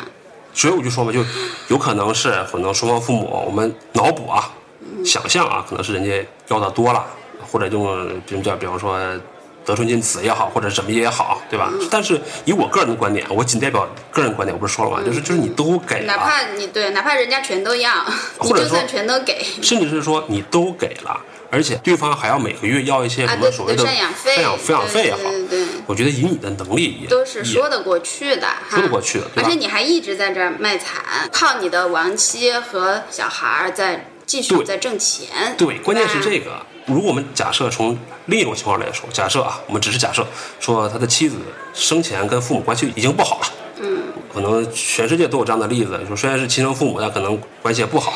[SPEAKER 1] 所以我就说嘛，就有可能是可能双方父母，我们脑补啊，想象啊，可能是人家要的多了，或者用比如叫比方说得寸进尺也好，或者怎么也好，对吧？但是以我个人的观点，我仅代表个人观点，我不是说了吗？就是就是你都给
[SPEAKER 2] 哪
[SPEAKER 1] 了，
[SPEAKER 2] 怕你对，哪怕人家全都要，你
[SPEAKER 1] 啊或者
[SPEAKER 2] 就算
[SPEAKER 1] 说
[SPEAKER 2] 全都给
[SPEAKER 1] 甚至是说你都给了，而且对方还要每个月要一些
[SPEAKER 2] 啊，
[SPEAKER 1] 什
[SPEAKER 2] 对
[SPEAKER 1] 么所谓
[SPEAKER 2] 对，
[SPEAKER 1] 的
[SPEAKER 2] 赡养费、
[SPEAKER 1] 赡养赡养费也好，
[SPEAKER 2] 对对对对，
[SPEAKER 1] 我觉得以你的能力也
[SPEAKER 2] 都是
[SPEAKER 1] 也
[SPEAKER 2] 说得过去的，哈
[SPEAKER 1] 说得过去的对
[SPEAKER 2] 而
[SPEAKER 1] 吧
[SPEAKER 2] 且你还一直在这儿卖惨，靠你的亡妻和小孩儿在继续
[SPEAKER 1] 对
[SPEAKER 2] 在挣钱，啊
[SPEAKER 1] 对，关键是
[SPEAKER 2] 吧
[SPEAKER 1] 这个。如果我们假设从另一种情况来说，假设啊，我们只是假设说他的妻子生前跟父母关系已经不好了，嗯，可能全世界都有这样的例子，说虽然是亲生父母，但可能关系也不好，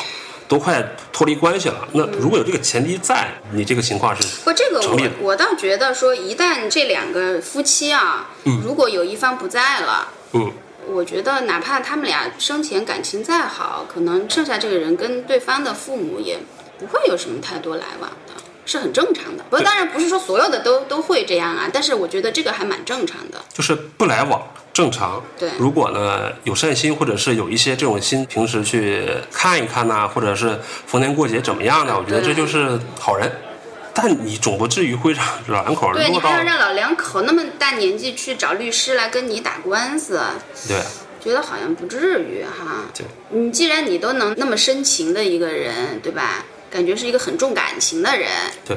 [SPEAKER 1] 都快脱离关系了。那如果有这个前提在，你这个情况是
[SPEAKER 2] 不，这个
[SPEAKER 1] 成立
[SPEAKER 2] 我
[SPEAKER 1] 的
[SPEAKER 2] 我倒觉得说，一旦这两个夫妻啊，如果有一方不在了，
[SPEAKER 1] 嗯，
[SPEAKER 2] 我觉得哪怕他们俩生前感情再好，可能剩下这个人跟对方的父母也不会有什么太多来往的，是很正常的。不，当然不是说所有的都都会这样啊，但是我觉得这个还蛮正常的。
[SPEAKER 1] 就是不来往正常。
[SPEAKER 2] 对
[SPEAKER 1] 如果呢有善心，或者是有一些这种心，平时去看一看呐、或者是逢年过节怎么样呢？我觉得这
[SPEAKER 2] 对
[SPEAKER 1] 就是好人。但你总不至于会让 老两口
[SPEAKER 2] 对你
[SPEAKER 1] 落到
[SPEAKER 2] 还要让老两口那么大年纪去找律师来跟你打官司，
[SPEAKER 1] 对
[SPEAKER 2] 觉得好像不至于哈。
[SPEAKER 1] 对，
[SPEAKER 2] 你既然你都能那么深情的一个人，对吧？感觉是一个很重感情的人，
[SPEAKER 1] 对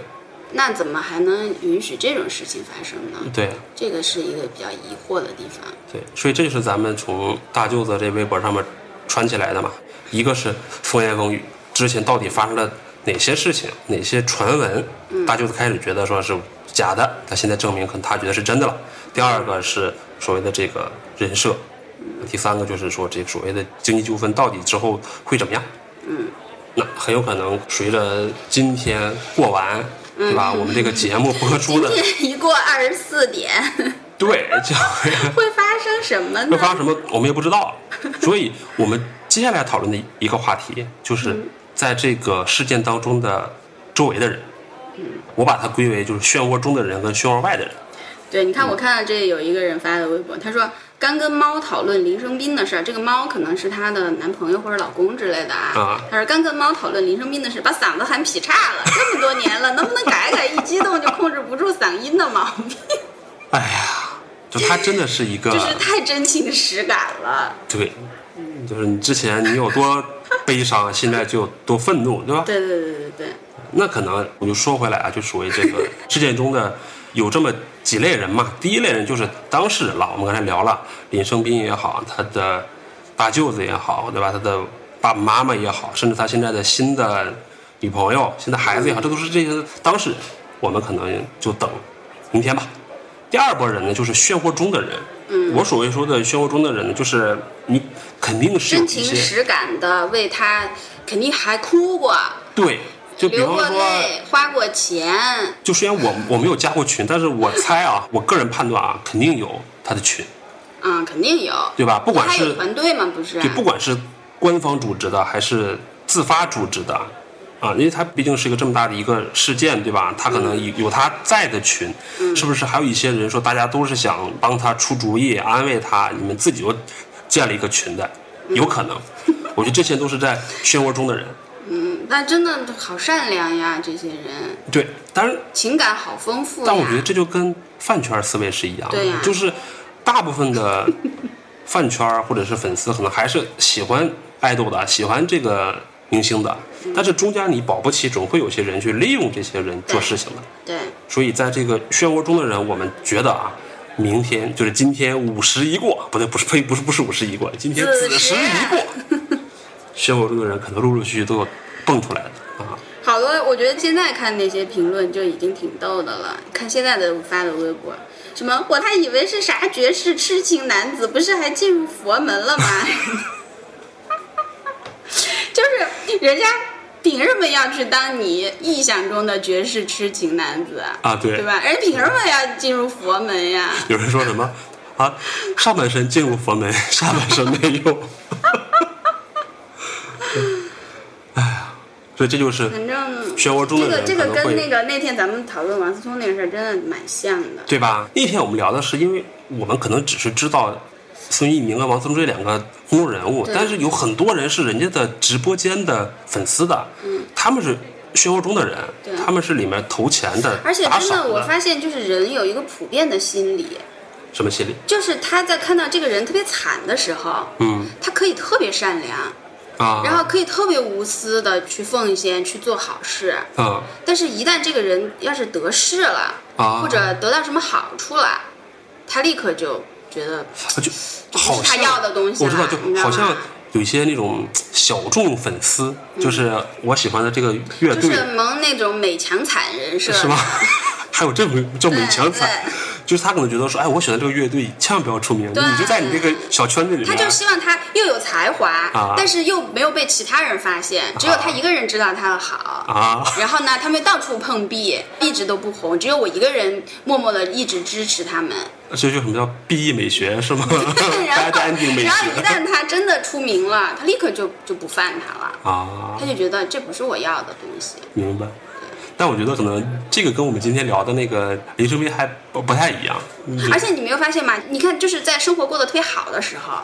[SPEAKER 2] 那怎么还能允许这种事情发生呢？
[SPEAKER 1] 对
[SPEAKER 2] 这个是一个比较疑惑的地方。
[SPEAKER 1] 对，所以这就是咱们从大舅子这微博上面传起来的嘛。一个是风言风语，之前到底发生了哪些事情，哪些传闻，大舅子开始觉得说是假的，但现在证明可能他觉得是真的了。第二个是所谓的这个人设，第三个就是说这个所谓的经济纠纷到底之后会怎么样？嗯，那很有可能随着今天过完，对吧？我们这个节目播出
[SPEAKER 2] 今
[SPEAKER 1] 的，
[SPEAKER 2] 天 一过二十四点，
[SPEAKER 1] 对，就会
[SPEAKER 2] 会发生什么
[SPEAKER 1] 会
[SPEAKER 2] 呢？
[SPEAKER 1] 发生什么我们也不知道。所以我们接下来讨论的一个话题，
[SPEAKER 2] 嗯
[SPEAKER 1] 就是在这个事件当中的周围的人，
[SPEAKER 2] 嗯
[SPEAKER 1] 我把它归为就是漩涡中的人跟漩涡外的人。
[SPEAKER 2] 对，你
[SPEAKER 1] 嗯
[SPEAKER 2] 看，我看到这有一个人发的微博，他说刚跟猫讨论林生斌的事儿，这个猫可能是她的男朋友或者老公之类的啊。
[SPEAKER 1] 啊
[SPEAKER 2] 他说刚跟猫讨论林生斌的事，把嗓子喊劈叉了，这么多年了，能不能改改？一激动就控制不住嗓音的毛病，
[SPEAKER 1] 哎呀，就他真的是一个
[SPEAKER 2] 就是太真情实感了。
[SPEAKER 1] 对，就是你之前你有多悲伤，现在就有多愤怒，对吧？
[SPEAKER 2] 对对对对对，
[SPEAKER 1] 那可能我就说回来啊，就属于这 个事件中的有这么几类人嘛。第一类人就是当事人了，我们刚才聊了林生斌也好，他的大舅子也好，对吧？他的爸爸妈妈也好，甚至他现在的新的女朋友、新的孩子也好，这都是这些当事人。我们可能就等明天吧。第二波人呢，就是漩涡中的人。嗯，我所谓说的漩涡中的人呢，就是你肯定是有
[SPEAKER 2] 真
[SPEAKER 1] 一
[SPEAKER 2] 情
[SPEAKER 1] 些
[SPEAKER 2] 实感的为他，肯定还哭过，
[SPEAKER 1] 对，就比
[SPEAKER 2] 流
[SPEAKER 1] 方
[SPEAKER 2] 过
[SPEAKER 1] 说。
[SPEAKER 2] 泪，花过钱。
[SPEAKER 1] 就虽然我我没有加过群，但是我猜啊，我个人判断啊，肯定有他的群，
[SPEAKER 2] 嗯，肯定有。
[SPEAKER 1] 对吧？不管
[SPEAKER 2] 他有
[SPEAKER 1] 是
[SPEAKER 2] 团队嘛，不是、啊？
[SPEAKER 1] 对，不管是官方组织的还是自发组织的，啊，因为他毕竟是一个这么大的一个事件，对吧？他可能有有他在的群，是不是还有一些人说大家都是想帮他出主意、安慰他，你们自己又建了一个群的，有可能。我觉得这些都是在漩涡中的人，
[SPEAKER 2] 嗯，但真的好善良呀，这些人
[SPEAKER 1] 对，当然
[SPEAKER 2] 情感好丰富呀。
[SPEAKER 1] 但我觉得这就跟饭圈思维是一样的，
[SPEAKER 2] 对呀
[SPEAKER 1] 就是大部分的饭圈或者是粉丝可能还是喜欢爱豆的，喜欢这个明星的，
[SPEAKER 2] 嗯
[SPEAKER 1] 但是中间你保不齐总会有些人去利用这些人做事情的。
[SPEAKER 2] 对，
[SPEAKER 1] 所以在这个漩涡中的人，我们觉得啊，明天就是今天五十一过，不对，不是呸，不是不是五十一过，今天
[SPEAKER 2] 子
[SPEAKER 1] 子时一过， 漩涡中的人可能陆陆续续都有蹦出来的啊。
[SPEAKER 2] 好多我觉得现在看那些评论就已经挺逗的了。看现在的发的微博，什么我还以为是啥绝世痴情男子，不是还进入佛门了吗？ 就是人家凭什么要去当你臆想中的绝世痴情男子啊？
[SPEAKER 1] 啊对
[SPEAKER 2] 对吧？人家凭什么要进入佛门呀？
[SPEAKER 1] 有人说什么啊？上半身进入佛门， 下半身没 有。哎呀，哎所以这就是
[SPEAKER 2] 反正
[SPEAKER 1] 漩涡中
[SPEAKER 2] 这
[SPEAKER 1] 的
[SPEAKER 2] 个
[SPEAKER 1] 人
[SPEAKER 2] 这
[SPEAKER 1] 可
[SPEAKER 2] 个
[SPEAKER 1] 能会，
[SPEAKER 2] 跟那个那天咱们讨论王思聪那个事儿真的蛮像的。
[SPEAKER 1] 对吧？那天我们聊的是，因为我们可能只是知道孙一鸣啊、王思聪这两个公众人物，
[SPEAKER 2] 对
[SPEAKER 1] 但是有很多人是人家的直播间的粉丝的，他们是漩涡中的人
[SPEAKER 2] 嗯对，
[SPEAKER 1] 他们是里面投钱的，
[SPEAKER 2] 而且
[SPEAKER 1] 打
[SPEAKER 2] 真
[SPEAKER 1] 赏
[SPEAKER 2] 的，我发现就是人有一个普遍的心理，
[SPEAKER 1] 什么心理？
[SPEAKER 2] 就是他在看到这个人特别惨的时候，
[SPEAKER 1] 嗯
[SPEAKER 2] 他可以特别善良，
[SPEAKER 1] 啊，
[SPEAKER 2] 然后可以特别无私的去奉献、去做好事。
[SPEAKER 1] 啊
[SPEAKER 2] 但是，一旦这个人要是得势了，
[SPEAKER 1] 啊，
[SPEAKER 2] 或者得到什么好处了，他立刻就觉得
[SPEAKER 1] 啊就
[SPEAKER 2] 这
[SPEAKER 1] 好
[SPEAKER 2] 不是他
[SPEAKER 1] 像
[SPEAKER 2] 要的东西
[SPEAKER 1] 我知道，
[SPEAKER 2] 了，
[SPEAKER 1] 就
[SPEAKER 2] 你知道
[SPEAKER 1] 好像
[SPEAKER 2] 吗
[SPEAKER 1] 有一些那种小众粉丝，就是我喜欢的这个乐
[SPEAKER 2] 嗯就
[SPEAKER 1] 队，
[SPEAKER 2] 是蒙那种美强惨人 设，
[SPEAKER 1] 是吧？还有这么这么强惨，
[SPEAKER 2] 对
[SPEAKER 1] 就是他可能觉得说，哎，我选的这个乐队千万不要出名，
[SPEAKER 2] 对
[SPEAKER 1] 你就在你这个小圈子里面。
[SPEAKER 2] 他就希望他又有才华，
[SPEAKER 1] 啊
[SPEAKER 2] 但是又没有被其他人发现，只有他一个人知道他的好。
[SPEAKER 1] 啊，
[SPEAKER 2] 然后呢，他们到处碰壁，一直都不红，只有我一个人默默的一直支持他 们。
[SPEAKER 1] 这就什么叫 B E 美学是吗
[SPEAKER 2] 然后，
[SPEAKER 1] ？Bad ending 美
[SPEAKER 2] 然后一
[SPEAKER 1] 学
[SPEAKER 2] 旦他真的出名了，他立刻就就不犯他了，
[SPEAKER 1] 啊，
[SPEAKER 2] 他就觉得这不是我要的东西。
[SPEAKER 1] 明白。但我觉得可能这个跟我们今天聊的那个林生斌还不不太一样，你觉得
[SPEAKER 2] 而且你没有发现吗？你看，就是在生活过得特别好的时候，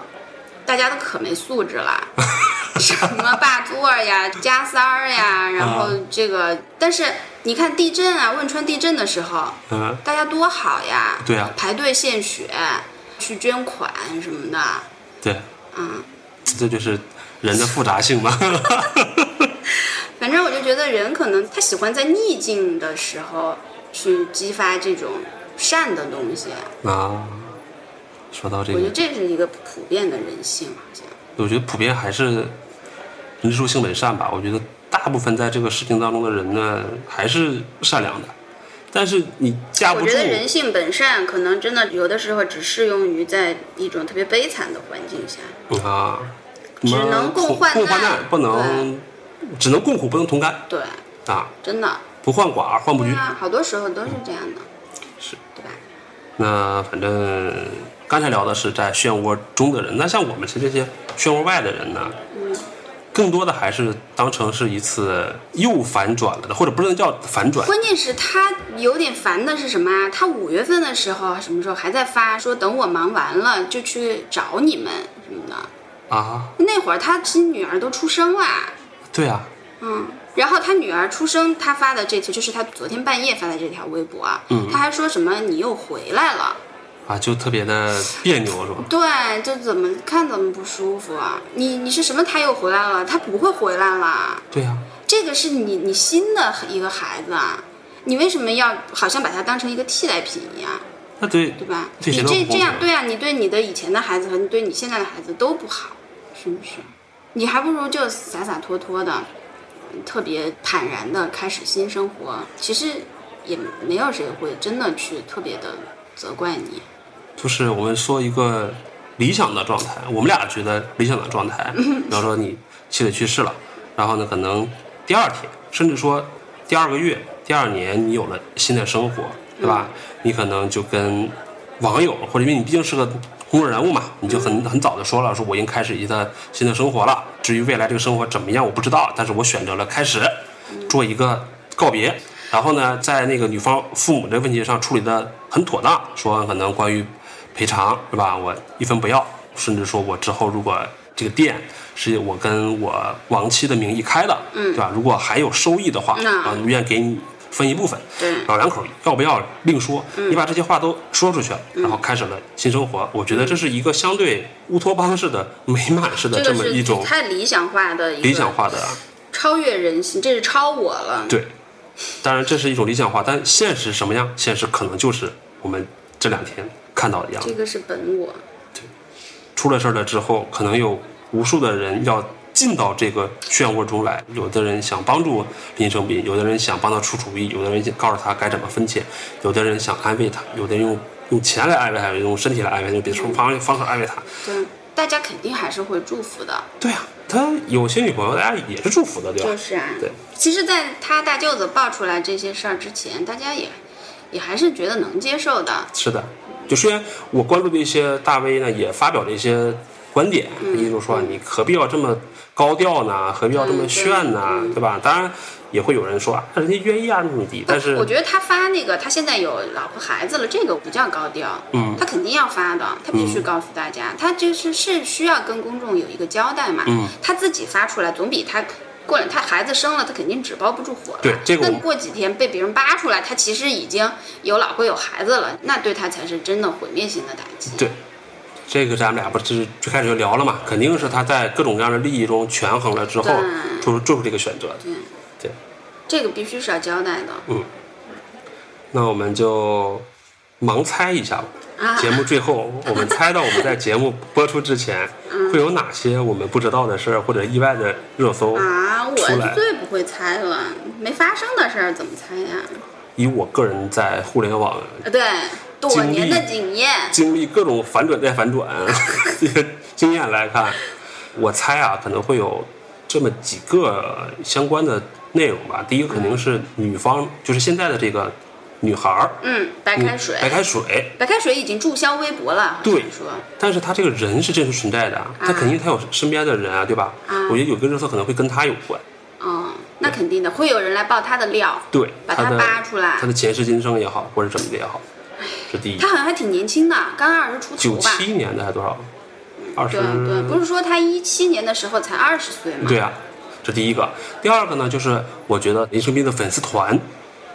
[SPEAKER 2] 大家都可没素 质了，什么霸座儿呀、加塞儿呀，然
[SPEAKER 1] 啊
[SPEAKER 2] 后这个，但是你看地震啊，汶川地震的时候，
[SPEAKER 1] 嗯，
[SPEAKER 2] 大家多好呀，
[SPEAKER 1] 对啊
[SPEAKER 2] 排队献血，去捐款什么的，
[SPEAKER 1] 对，
[SPEAKER 2] 嗯，
[SPEAKER 1] 这就是人的复杂 性嘛。
[SPEAKER 2] 反正我就觉得人可能他喜欢在逆境的时候去激发这种善的东西，
[SPEAKER 1] 啊，说到这
[SPEAKER 2] 我觉
[SPEAKER 1] 个
[SPEAKER 2] 得，这是一个普遍的人性，好像。
[SPEAKER 1] 我觉得普遍还是人之初性本善吧。我觉得大部分在这个事情当中的人呢，还是善良的，但是你架
[SPEAKER 2] 我
[SPEAKER 1] 不住
[SPEAKER 2] 觉得人性本善，可能真的有的时候只适用于在一种特别悲惨的环境下。
[SPEAKER 1] 啊，
[SPEAKER 2] 只能
[SPEAKER 1] 什么
[SPEAKER 2] 共
[SPEAKER 1] 共
[SPEAKER 2] 患
[SPEAKER 1] 共患
[SPEAKER 2] 难
[SPEAKER 1] 难，不能只能共苦不能同甘
[SPEAKER 2] 对，
[SPEAKER 1] 啊，
[SPEAKER 2] 真的，
[SPEAKER 1] 不患寡而患不
[SPEAKER 2] 对
[SPEAKER 1] 均。
[SPEAKER 2] 啊，好多时候都是这样的，
[SPEAKER 1] 是，
[SPEAKER 2] 对吧？
[SPEAKER 1] 那反正刚才聊的是在漩涡中的人，那像我们这些漩涡外的人呢，更多的还是当成是一次又反转了的，或者不能叫反转，
[SPEAKER 2] 关键是他有点烦的是什么啊？他五月份的时候，啊什么时候还在发说等我忙完了就去找你们什么的。
[SPEAKER 1] 啊，
[SPEAKER 2] 那会儿他亲女儿都出生了，
[SPEAKER 1] 对啊，
[SPEAKER 2] 嗯，然后他女儿出生，他发的这条就是他昨天半夜发的这条微博啊，他还说什么你又回来了。
[SPEAKER 1] 啊，就特别的别扭，是吧？
[SPEAKER 2] 对，就怎么看怎么不舒服啊！你你是什么？他又回来了，他不会回来了。
[SPEAKER 1] 对啊，
[SPEAKER 2] 这个是你你新的一个孩子啊，你为什么要好像把他当成一个替代品一样，
[SPEAKER 1] 那对
[SPEAKER 2] 对吧？
[SPEAKER 1] 对
[SPEAKER 2] 你
[SPEAKER 1] 谁都
[SPEAKER 2] 这
[SPEAKER 1] 不公
[SPEAKER 2] 这样
[SPEAKER 1] 平
[SPEAKER 2] 对啊，你对你的以前的孩子和你对你现在的孩子都不好，是不是？你还不如就洒洒脱脱的，特别坦然的开始新生活。其实也没有谁会真的去特别的责怪你。
[SPEAKER 1] 就是我们说一个理想的状态，我们俩觉得理想的状态，比方说你妻子去世了，然后呢，可能第二天，甚至说第二个月、第二年，你有了新的生活，对吧？你可能就跟网友，或者因为你毕竟是个公众人物嘛，你就很很早的说了，说我已经开始一段新的生活了。至于未来这个生活怎么样，我不知道，但是我选择了开始做一个告别。然后呢，在那个女方父母的问题上处理的很妥当，说可能关于赔偿是吧？我一分不要，甚至说我之后如果这个店是我跟我亡妻的名义开的，嗯，对吧？如果还有收益的话，
[SPEAKER 2] 那
[SPEAKER 1] 啊，愿意给你分一部分。
[SPEAKER 2] 对
[SPEAKER 1] 老两口要不要另说，
[SPEAKER 2] 嗯
[SPEAKER 1] 你把这些话都说出去了，然后开始了新生活。我觉得这是一个相对乌托邦式的、美满式的
[SPEAKER 2] 这
[SPEAKER 1] 么
[SPEAKER 2] 个
[SPEAKER 1] 一
[SPEAKER 2] 是
[SPEAKER 1] 种
[SPEAKER 2] 太理想化的一个
[SPEAKER 1] 理想化的，
[SPEAKER 2] 超越人性，这是超我了。
[SPEAKER 1] 对。当然，这是一种理想化，但现实什么样？现实可能就是我们这两天看到的样
[SPEAKER 2] 这
[SPEAKER 1] 子。
[SPEAKER 2] 个是本我，
[SPEAKER 1] 出了事儿了之后，可能有无数的人要进到这个漩涡中来。有的人想帮助林生斌，有的人想帮他出主意，有的人想告诉他该怎么分钱，有的人想安慰他，有的人用用钱来安慰他，有人用身体来安慰他，用别的方方式安慰他。
[SPEAKER 2] 对，大家肯定还是会祝福的。
[SPEAKER 1] 对啊，他有些女朋友，大家也是祝福的，对吧？
[SPEAKER 2] 就是啊，
[SPEAKER 1] 对
[SPEAKER 2] 其实，在他大舅子爆出来这些事儿之前，大家也也还是觉得能接受的。
[SPEAKER 1] 是的，就虽然我关注的一些大 V 呢，也发表了一些观点，
[SPEAKER 2] 嗯
[SPEAKER 1] 也就是说，你何必要这么高调呢？何必要这
[SPEAKER 2] 嗯
[SPEAKER 1] 么炫呢？对吧？当然也会有人说，啊，人家愿意啊，怎么地？但是
[SPEAKER 2] 呃我觉得他发那个，他现在有老婆孩子了，这个不叫高调，嗯，他肯定要发的，他必须告诉大
[SPEAKER 1] 嗯
[SPEAKER 2] 家，他就是是需要跟公众有一个交代嘛，嗯，他自己发出来总比他。过两他孩子生了，他肯定纸包不住火了。
[SPEAKER 1] 对这个我
[SPEAKER 2] 那过几天被别人扒出来，他其实已经有老婆有孩子了，那对他才是真的毁灭性的打击。
[SPEAKER 1] 对，这个咱们俩不是最开始就聊了嘛？肯定是他在各种各样的利益中权衡了之后
[SPEAKER 2] 对，
[SPEAKER 1] 做出做出这个选择的。
[SPEAKER 2] 这个必须是要交代的。
[SPEAKER 1] 那我们就盲猜一下吧。
[SPEAKER 2] 啊
[SPEAKER 1] 节目最 后，我们猜到我们在节目播出之前
[SPEAKER 2] 嗯
[SPEAKER 1] 会有哪些我们不知道的事儿或者意外的热搜。
[SPEAKER 2] 啊，我
[SPEAKER 1] 出来
[SPEAKER 2] 是最不会猜了，没发生的事儿怎么猜呀？
[SPEAKER 1] 以我个人在互联网
[SPEAKER 2] 啊，对，多年的经验，
[SPEAKER 1] 经历各种反转再反转这个经验来看，我猜啊可能会有这么几个相关的内容吧。第一个肯定是女方，就是现在的这个女孩儿，
[SPEAKER 2] 嗯，白开水，
[SPEAKER 1] 白开水，
[SPEAKER 2] 白开水已经注销微博了，好像
[SPEAKER 1] 对
[SPEAKER 2] 说，
[SPEAKER 1] 但是他这个人是真实存在的啊，他肯定他有身边的人啊，对吧？我觉得有个热搜可能会跟他有关，
[SPEAKER 2] 嗯，那肯定的，会有人来爆他的料，
[SPEAKER 1] 对，
[SPEAKER 2] 把
[SPEAKER 1] 他
[SPEAKER 2] 他
[SPEAKER 1] 的
[SPEAKER 2] 扒出来
[SPEAKER 1] 他。的前世今生也好，或者怎么的也好，这第一
[SPEAKER 2] 他。好像还挺年轻的，刚二十出头
[SPEAKER 1] 九
[SPEAKER 2] 吧？
[SPEAKER 1] 七年的还多少？二十
[SPEAKER 2] 对对，不是说他一七年的时候才二十岁吗？
[SPEAKER 1] 对啊，这第一个。第二个呢，就是我觉得林生斌的粉丝团，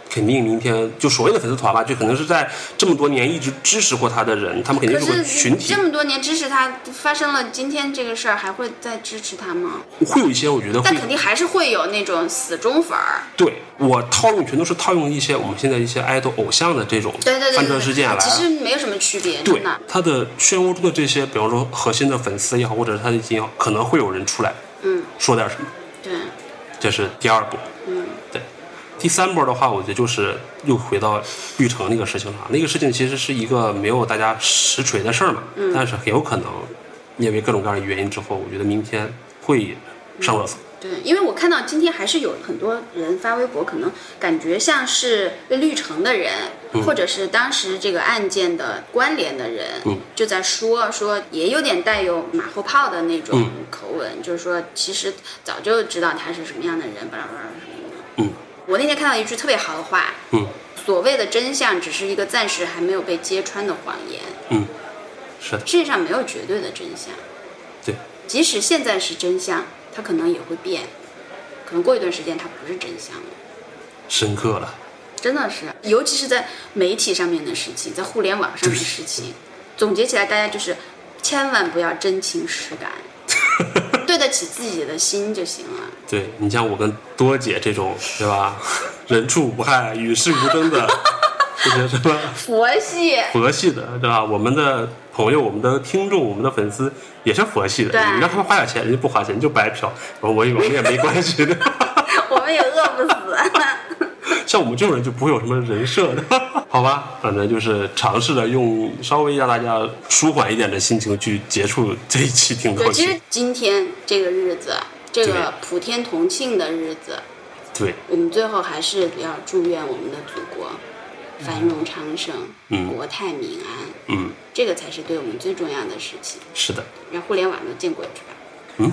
[SPEAKER 1] 肯定明天就所谓的粉丝团吧，就可能是在这么多年一直支持过他的人，他们肯定
[SPEAKER 2] 可
[SPEAKER 1] 有个
[SPEAKER 2] 是
[SPEAKER 1] 群体
[SPEAKER 2] 这，么多年支持他，发生了今天这个事儿，还会再支持他吗？
[SPEAKER 1] 会有一些我觉得会
[SPEAKER 2] 但肯定还是会有那种死忠粉儿。
[SPEAKER 1] 对我套用全都是套用一些我们现在一些爱豆偶像的这种
[SPEAKER 2] 对对对
[SPEAKER 1] 翻车
[SPEAKER 2] 对对，
[SPEAKER 1] 事件来。
[SPEAKER 2] 其实没有什么区别，
[SPEAKER 1] 对
[SPEAKER 2] 真的。
[SPEAKER 1] 他的漩涡中的这些，比方说核心的粉丝也好，或者是他的一些也好，可能会有人出来，
[SPEAKER 2] 嗯，
[SPEAKER 1] 说点什么。
[SPEAKER 2] 对，
[SPEAKER 1] 这是第二波。
[SPEAKER 2] 嗯，
[SPEAKER 1] 对。第三波的话，我觉得就是又回到绿城那个事情上。那个事情其实是一个没有大家实锤的事儿嘛，但是很有可能因为各种各样的原因之后，我觉得明天会上热搜。
[SPEAKER 2] 对，因为我看到今天还是有很多人发微博，可能感觉像是绿城的人，或者是当时这个案件的关联的人，
[SPEAKER 1] 嗯
[SPEAKER 2] 就在说说也有点带有马后炮的那种
[SPEAKER 1] 嗯
[SPEAKER 2] 口吻，就是说其实早就知道他是什么样的人，巴拉巴拉什么的。
[SPEAKER 1] 嗯
[SPEAKER 2] 我那天看到一句特别好的话，
[SPEAKER 1] 嗯
[SPEAKER 2] 所谓的真相只是一个暂时还没有被揭穿的谎言，
[SPEAKER 1] 嗯，是的，
[SPEAKER 2] 世界上没有绝对的真相。
[SPEAKER 1] 对，
[SPEAKER 2] 即使现在是真相，它可能也会变，可能过一段时间它不是真相了。
[SPEAKER 1] 深刻了。
[SPEAKER 2] 真的是，尤其是在媒体上面的事情，在互联网上的事情，总结起来，大家就是千万不要真情实 感，对得起自己的心就行了。
[SPEAKER 1] 对你像我跟多姐这种，对吧？人畜无害、与世无争的这些什么
[SPEAKER 2] 佛系，
[SPEAKER 1] 佛系的，对吧？我们的朋友、我们的听众、我们的粉丝也是佛系的，
[SPEAKER 2] 对
[SPEAKER 1] 你让他们花点钱，人家不花钱，你就白嫖。我我以为我们也没关系的，
[SPEAKER 2] 我们也饿不死。
[SPEAKER 1] 像我们这种人就不会有什么人设的， 好吧？反正就是尝试着用稍微让大家舒缓一点的心情去结束这一期听
[SPEAKER 2] 对，
[SPEAKER 1] 口
[SPEAKER 2] 其
[SPEAKER 1] 气
[SPEAKER 2] 实。今天这个日子，这
[SPEAKER 1] 对
[SPEAKER 2] 个普天同庆的日子，
[SPEAKER 1] 对，
[SPEAKER 2] 我们最后还是要祝愿我们的祖国繁荣昌盛，
[SPEAKER 1] 嗯
[SPEAKER 2] 国泰民安，
[SPEAKER 1] 嗯，
[SPEAKER 2] 这个才是对我们最重要的事情。
[SPEAKER 1] 是的，
[SPEAKER 2] 让互联网都见鬼去吧。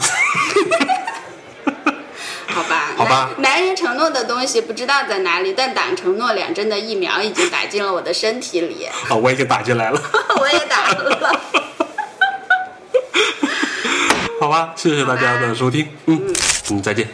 [SPEAKER 1] 嗯，
[SPEAKER 2] 好吧，
[SPEAKER 1] 好吧
[SPEAKER 2] 男男人承诺的东西不知道在哪里，但党承诺两针的疫苗已经打进了我的身体里，
[SPEAKER 1] 啊，我已经打进来了，
[SPEAKER 2] 我也打了。
[SPEAKER 1] 好吧？谢谢大家的收听，嗯嗯，再见。